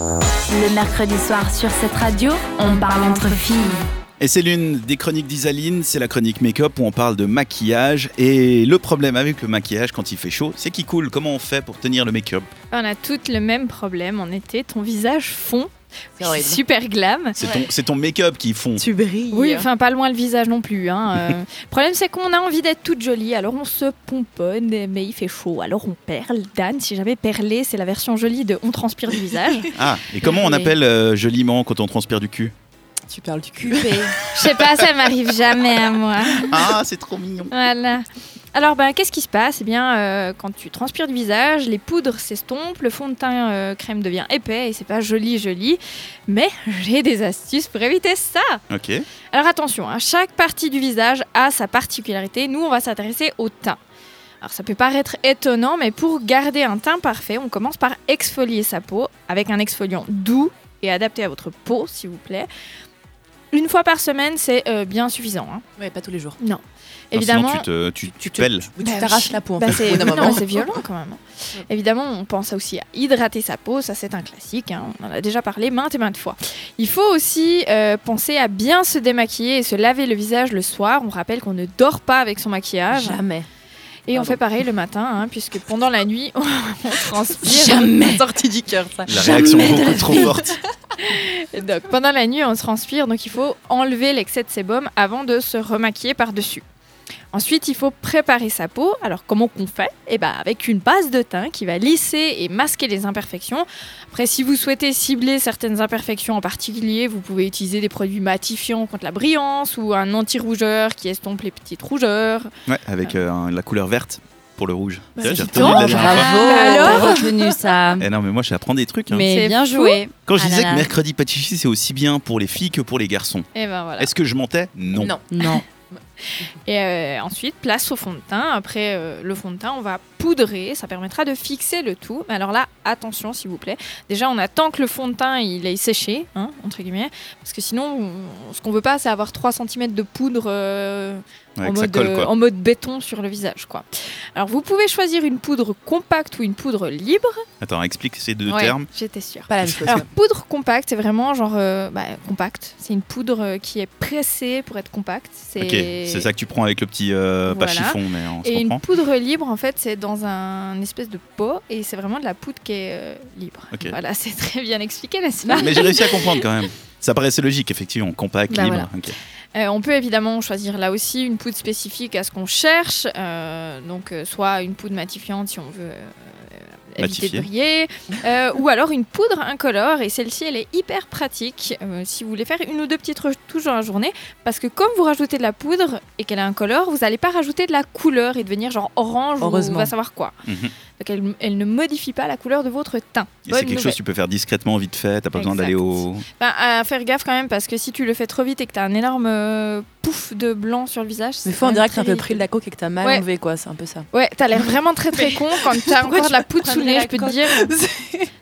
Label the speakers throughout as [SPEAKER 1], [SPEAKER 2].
[SPEAKER 1] Le mercredi soir sur cette radio, on parle entre filles.
[SPEAKER 2] Et c'est l'une des chroniques d'Isaline, c'est la chronique make-up où on parle de maquillage. Et le problème avec le maquillage quand il fait chaud, c'est qu'il coule. Comment on fait pour tenir le make-up
[SPEAKER 3] On a toutes le même problème en été. Ton visage fond.
[SPEAKER 4] C'est
[SPEAKER 3] C'est
[SPEAKER 4] horrible.
[SPEAKER 3] super glam.
[SPEAKER 2] C'est ton, c'est ton make-up qui fond.
[SPEAKER 4] Tu brilles.
[SPEAKER 3] Oui, enfin pas loin le visage non plus. Hein. Euh, le problème c'est qu'on a envie d'être toute jolie, alors on se pomponne, mais il fait chaud, alors on perle. Dan, si j'avais perlé, c'est la version jolie de on transpire du visage.
[SPEAKER 2] Ah, et comment on
[SPEAKER 3] Oui.
[SPEAKER 2] appelle euh, joliment quand on transpire du cul
[SPEAKER 4] tu parles du cul.
[SPEAKER 3] Coupé. Je sais pas, ça m'arrive jamais à moi.
[SPEAKER 2] Ah, c'est trop mignon.
[SPEAKER 3] Voilà. Alors, ben, qu'est-ce qui se passe Eh bien, euh, quand tu transpires du visage, les poudres s'estompent, le fond de teint euh, crème devient épais et c'est pas joli, joli. Mais j'ai des astuces pour éviter ça.
[SPEAKER 2] Ok. Ah,
[SPEAKER 3] Alors, attention, hein, chaque partie du visage a sa particularité. Nous, on va s'intéresser au teint. Alors, ça peut paraître étonnant, mais pour garder un teint parfait, on commence par exfolier sa peau avec un exfoliant doux et adapté à votre peau, s'il vous plaît. Une fois par semaine, c'est euh, bien suffisant. hein.
[SPEAKER 4] Ouais, pas tous les jours.
[SPEAKER 2] Alors,
[SPEAKER 3] Évidemment,
[SPEAKER 2] Ah, sinon, tu, te, tu, tu
[SPEAKER 4] te-
[SPEAKER 2] pelles.
[SPEAKER 4] Tu
[SPEAKER 3] Bah
[SPEAKER 4] t'arraches
[SPEAKER 3] oui.
[SPEAKER 4] la peau en
[SPEAKER 3] Bah, c'est
[SPEAKER 4] fait. au bout d'un
[SPEAKER 3] oui, non,
[SPEAKER 4] moment.
[SPEAKER 3] mais c'est violent quand même. hein.
[SPEAKER 4] Ouais.
[SPEAKER 3] Évidemment, on pense aussi à hydrater sa peau, ça c'est un classique, hein, on en a déjà parlé maintes et maintes fois. Il faut aussi euh, penser à bien se démaquiller et se laver le visage le soir. On rappelle qu'on ne dort pas avec son maquillage
[SPEAKER 4] Jamais.
[SPEAKER 3] et on
[SPEAKER 4] Pardon.
[SPEAKER 3] fait pareil le matin, hein, puisque pendant la nuit on transpire.
[SPEAKER 4] Jamais sorti du cœur ça.
[SPEAKER 2] La réaction est beaucoup trop forte.
[SPEAKER 3] Donc, pendant la nuit, on se transpire, donc il faut enlever l'excès de sébum avant de se remaquiller par-dessus. Ensuite, il faut préparer sa peau. Alors, comment qu'on fait Eh ben, avec une base de teint qui va lisser et masquer les imperfections. Après, si vous souhaitez cibler certaines imperfections en particulier, vous pouvez utiliser des produits matifiants contre la brillance ou un anti-rougeur qui estompe les petites rougeurs.
[SPEAKER 2] Ouais, avec euh, un- la couleur verte pour le rouge. Tu
[SPEAKER 3] Bah,
[SPEAKER 2] vois,
[SPEAKER 3] dis
[SPEAKER 2] j'ai retenu de la
[SPEAKER 3] donc,
[SPEAKER 2] dernière fois.
[SPEAKER 4] Bah
[SPEAKER 3] Alors
[SPEAKER 5] t'as retenu ça.
[SPEAKER 2] Eh non, mais moi, j'apprends des trucs. hein.
[SPEAKER 5] Mais
[SPEAKER 3] C'est
[SPEAKER 5] bien
[SPEAKER 3] fou.
[SPEAKER 5] joué.
[SPEAKER 2] Quand je
[SPEAKER 5] Ah là
[SPEAKER 2] disais que
[SPEAKER 5] là.
[SPEAKER 2] mercredi pâtisserie, c'est aussi bien pour les filles que pour les garçons.
[SPEAKER 3] Et ben voilà.
[SPEAKER 2] Est-ce que je mentais Non.
[SPEAKER 4] Non.
[SPEAKER 5] Non.
[SPEAKER 3] Et euh, ensuite, place au fond de teint. Après euh, le fond de teint, on va poudrer. Ça permettra de fixer le tout. Mais alors là, attention, s'il vous plaît. Déjà, on attend que le fond de teint il aille séché, hein, entre guillemets. Parce que sinon, on- ce qu'on veut pas, c'est avoir 3 cm de poudre euh,
[SPEAKER 2] Ouais,
[SPEAKER 3] en,
[SPEAKER 2] que ça
[SPEAKER 3] mode,
[SPEAKER 2] colle,
[SPEAKER 3] euh,
[SPEAKER 2] quoi.
[SPEAKER 3] en mode béton sur le visage. quoi. Alors, vous pouvez choisir une poudre compacte ou une poudre libre.
[SPEAKER 2] Attends, explique ces deux
[SPEAKER 3] Ouais,
[SPEAKER 2] termes.
[SPEAKER 3] J'étais sûre.
[SPEAKER 4] Pas la même chose.
[SPEAKER 3] Alors, poudre compacte, c'est vraiment genre euh, bah, compact. C'est une poudre euh, qui est pressée pour être compacte. C'est
[SPEAKER 2] Ok, c'est ça que tu prends avec le petit euh, pas
[SPEAKER 3] Voilà.
[SPEAKER 2] chiffon, mais on se
[SPEAKER 3] Et une
[SPEAKER 2] comprend.
[SPEAKER 3] poudre libre, en fait, c'est dans un espèce de pot et c'est vraiment de la poudre qui est euh, libre.
[SPEAKER 2] Ok.
[SPEAKER 3] Voilà, c'est très bien expliqué, n'est-ce pas
[SPEAKER 2] Mais j'ai réussi à comprendre quand même. Ça paraissait logique, effectivement, compact,
[SPEAKER 3] Bah
[SPEAKER 2] libre.
[SPEAKER 3] voilà.
[SPEAKER 2] ok.
[SPEAKER 3] Euh, On peut évidemment choisir là aussi une poudre spécifique à ce qu'on cherche, euh, donc euh, soit une poudre matifiante si on veut euh, éviter de
[SPEAKER 2] Matifier.
[SPEAKER 3] briller, euh, ou alors une poudre incolore et celle-ci elle est hyper pratique euh, si vous voulez faire une ou deux petites retouches dans la journée, parce que comme vous rajoutez de la poudre et qu'elle est incolore, vous n'allez pas rajouter de la couleur et devenir genre orange ou
[SPEAKER 4] Heureusement.
[SPEAKER 3] va savoir quoi.
[SPEAKER 2] Mhm.
[SPEAKER 3] Donc elle, elle ne modifie pas la couleur de votre teint.
[SPEAKER 2] Et
[SPEAKER 3] Bonne
[SPEAKER 2] c'est quelque chose
[SPEAKER 3] nouvelle.
[SPEAKER 2] que tu peux faire discrètement, vite fait. T'as pas besoin d'aller
[SPEAKER 3] bah Exact.
[SPEAKER 2] au.
[SPEAKER 3] Enfin, Bah, à faire gaffe quand même parce que si tu le fais trop vite et que t'as un énorme euh, pouf de blanc sur le visage. c'est
[SPEAKER 4] Mais faut en
[SPEAKER 3] quand
[SPEAKER 4] direct
[SPEAKER 3] même
[SPEAKER 4] un peu
[SPEAKER 3] très
[SPEAKER 4] pris de la coke et que t'as mal
[SPEAKER 3] Ouais.
[SPEAKER 4] enlevé quoi, c'est un peu ça.
[SPEAKER 3] ridicule. Ouais, t'as l'air vraiment très très con quand t'as encore de la poudre sous le nez, je peux te dire.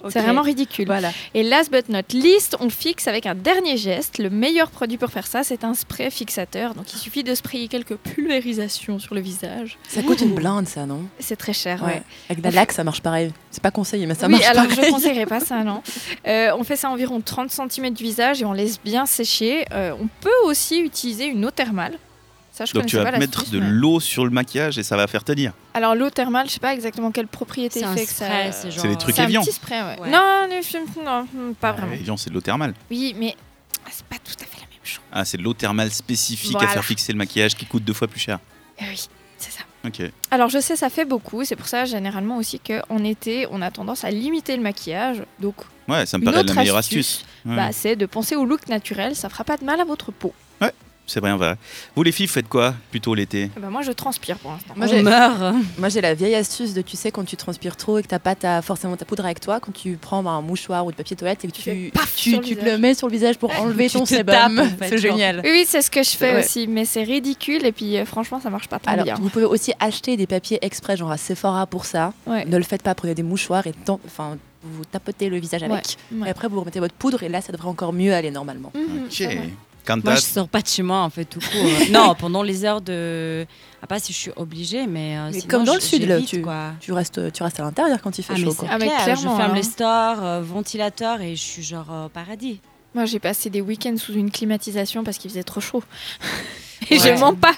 [SPEAKER 3] C'est vraiment ridicule.
[SPEAKER 4] Voilà.
[SPEAKER 3] Et last but not least, on fixe avec un dernier geste. Le meilleur produit pour faire ça, c'est un spray fixateur. Donc il suffit de sprayer quelques pulvérisations sur le visage.
[SPEAKER 4] Ça coûte une blinde ça, non
[SPEAKER 3] C'est très cher. ouais.
[SPEAKER 4] Ouais. Avec la laque ça marche pareil. C'est pas conseillé mais ça
[SPEAKER 3] oui,
[SPEAKER 4] marche
[SPEAKER 3] alors je ne
[SPEAKER 4] pareil.
[SPEAKER 3] conseillerais pas ça, non. Euh, on fait ça environ 30 cm du visage et on laisse bien sécher. Euh, on peut aussi utiliser une eau thermale. Ça, je
[SPEAKER 2] Donc
[SPEAKER 3] connaissais
[SPEAKER 2] tu vas
[SPEAKER 3] pas
[SPEAKER 2] mettre
[SPEAKER 3] l'astuce,
[SPEAKER 2] de
[SPEAKER 3] mais-
[SPEAKER 2] l'eau sur le maquillage et ça va faire tenir.
[SPEAKER 3] Alors l'eau thermale, je sais pas exactement quelle propriété
[SPEAKER 5] C'est un
[SPEAKER 3] fait que ça.
[SPEAKER 5] spray, c'est genre.
[SPEAKER 2] les
[SPEAKER 5] euh,
[SPEAKER 2] trucs
[SPEAKER 3] C'est un
[SPEAKER 2] Évian. Ah
[SPEAKER 3] petit spray, ouais.
[SPEAKER 5] Ouais.
[SPEAKER 3] Non, non, je- non, hmm, pas vraiment.
[SPEAKER 2] Les gens, c'est de l'eau thermale.
[SPEAKER 3] Oui, mais ah, c'est pas tout à fait la même chose.
[SPEAKER 2] Ah, c'est de l'eau thermale spécifique à
[SPEAKER 3] Voilà.
[SPEAKER 2] faire fixer le maquillage qui coûte deux fois plus cher.
[SPEAKER 3] Eh oui, c'est ça.
[SPEAKER 2] Ok.
[SPEAKER 3] Alors je sais, ça fait beaucoup. C'est pour ça généralement aussi qu'en été, on a tendance à limiter le maquillage. Donc
[SPEAKER 2] Ouais, ça me
[SPEAKER 3] une
[SPEAKER 2] paraît
[SPEAKER 3] autre
[SPEAKER 2] la meilleure
[SPEAKER 3] astuce,
[SPEAKER 2] astuce. Ouais,
[SPEAKER 3] bah, c'est de penser au look naturel. Ça fera pas de mal à votre peau.
[SPEAKER 2] C'est vrai, on va. Vous les filles, faites quoi plutôt l'été
[SPEAKER 3] Eh ben, moi, je transpire pour l'instant.
[SPEAKER 4] Moi,
[SPEAKER 5] on
[SPEAKER 4] j'ai-
[SPEAKER 5] meurt.
[SPEAKER 4] Moi j'ai la vieille astuce de tu sais quand tu transpires trop et que t'as pas ta, forcément ta poudre avec toi, quand tu prends bah, un mouchoir ou de papier toilette et que
[SPEAKER 3] Tu
[SPEAKER 4] tu,
[SPEAKER 3] fais
[SPEAKER 4] tu,
[SPEAKER 3] paf sur
[SPEAKER 4] tu,
[SPEAKER 3] le
[SPEAKER 4] te
[SPEAKER 3] visage.
[SPEAKER 4] le mets sur le visage pour enlever
[SPEAKER 5] Tu
[SPEAKER 4] ton
[SPEAKER 5] te tapes,
[SPEAKER 4] sébum.
[SPEAKER 5] en fait,
[SPEAKER 4] C'est
[SPEAKER 5] genre.
[SPEAKER 4] génial.
[SPEAKER 3] Oui, oui, c'est ce que je fais
[SPEAKER 4] Ouais.
[SPEAKER 3] aussi, mais c'est ridicule et puis euh, franchement, ça marche pas très
[SPEAKER 4] Alors,
[SPEAKER 3] bien.
[SPEAKER 4] vous pouvez aussi acheter des papiers exprès, genre à Sephora pour ça.
[SPEAKER 3] Ouais.
[SPEAKER 4] Ne le faites pas, prenez des mouchoirs et tant- enfin, vous tapotez le visage
[SPEAKER 3] Ouais.
[SPEAKER 4] avec.
[SPEAKER 3] Ouais.
[SPEAKER 4] Et après, vous remettez votre poudre et là, ça devrait encore mieux aller normalement.
[SPEAKER 2] Ok.
[SPEAKER 3] Mhm, c'est vrai.
[SPEAKER 5] Moi, je
[SPEAKER 2] Cantas
[SPEAKER 5] sors pas de chez moi, en fait, tout court. non, pendant les heures de. À part si je suis obligée, mais. euh,
[SPEAKER 4] Mais
[SPEAKER 5] sinon,
[SPEAKER 4] comme dans le
[SPEAKER 5] je-
[SPEAKER 4] sud, là,
[SPEAKER 5] j'évite,
[SPEAKER 4] tu-
[SPEAKER 5] Quoi.
[SPEAKER 4] Tu restes, tu restes à l'intérieur quand il fait
[SPEAKER 5] Ah, mais
[SPEAKER 4] chaud.
[SPEAKER 5] c'est
[SPEAKER 4] quoi.
[SPEAKER 3] Ah, mais
[SPEAKER 5] clair,
[SPEAKER 3] clairement,
[SPEAKER 5] je ferme
[SPEAKER 3] hein.
[SPEAKER 5] les stores, euh, ventilateur et je suis genre euh, au paradis.
[SPEAKER 3] Moi, j'ai passé des week-ends sous une climatisation parce qu'il faisait trop chaud. Et
[SPEAKER 5] Ouais.
[SPEAKER 3] je mens pas.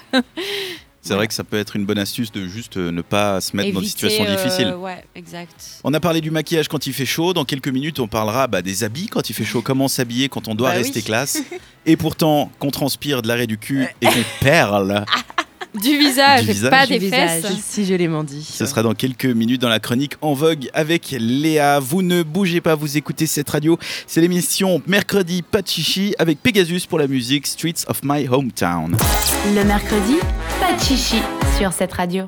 [SPEAKER 2] C'est vrai que ça peut être une bonne astuce de juste euh, ne pas se mettre dans des
[SPEAKER 5] Éviter,
[SPEAKER 2] situations
[SPEAKER 5] euh,
[SPEAKER 2] difficiles.
[SPEAKER 5] Ouais, exact.
[SPEAKER 2] On a parlé du maquillage quand il fait chaud. Dans quelques minutes, on parlera bah, des habits quand il fait chaud, comment s'habiller quand on doit
[SPEAKER 3] Bah oui.
[SPEAKER 2] rester classe. Et pourtant, qu'on transpire de l'arrêt du cul
[SPEAKER 5] Euh.
[SPEAKER 2] et qu'on perle.
[SPEAKER 5] Ah.
[SPEAKER 3] Du visage,
[SPEAKER 2] Du visage.
[SPEAKER 3] pas
[SPEAKER 5] Du
[SPEAKER 3] Ah, des
[SPEAKER 5] visage.
[SPEAKER 3] fesses.
[SPEAKER 4] Si je l'ai mendie.
[SPEAKER 2] Ce sera dans quelques minutes dans la chronique En Vogue avec Léa. Vous ne bougez pas, vous écoutez cette radio. C'est l'émission Mercredi Pas de Chichi avec Pegasus pour la musique Streets of My Hometown.
[SPEAKER 1] Le mercredi, pas de chichi sur cette radio.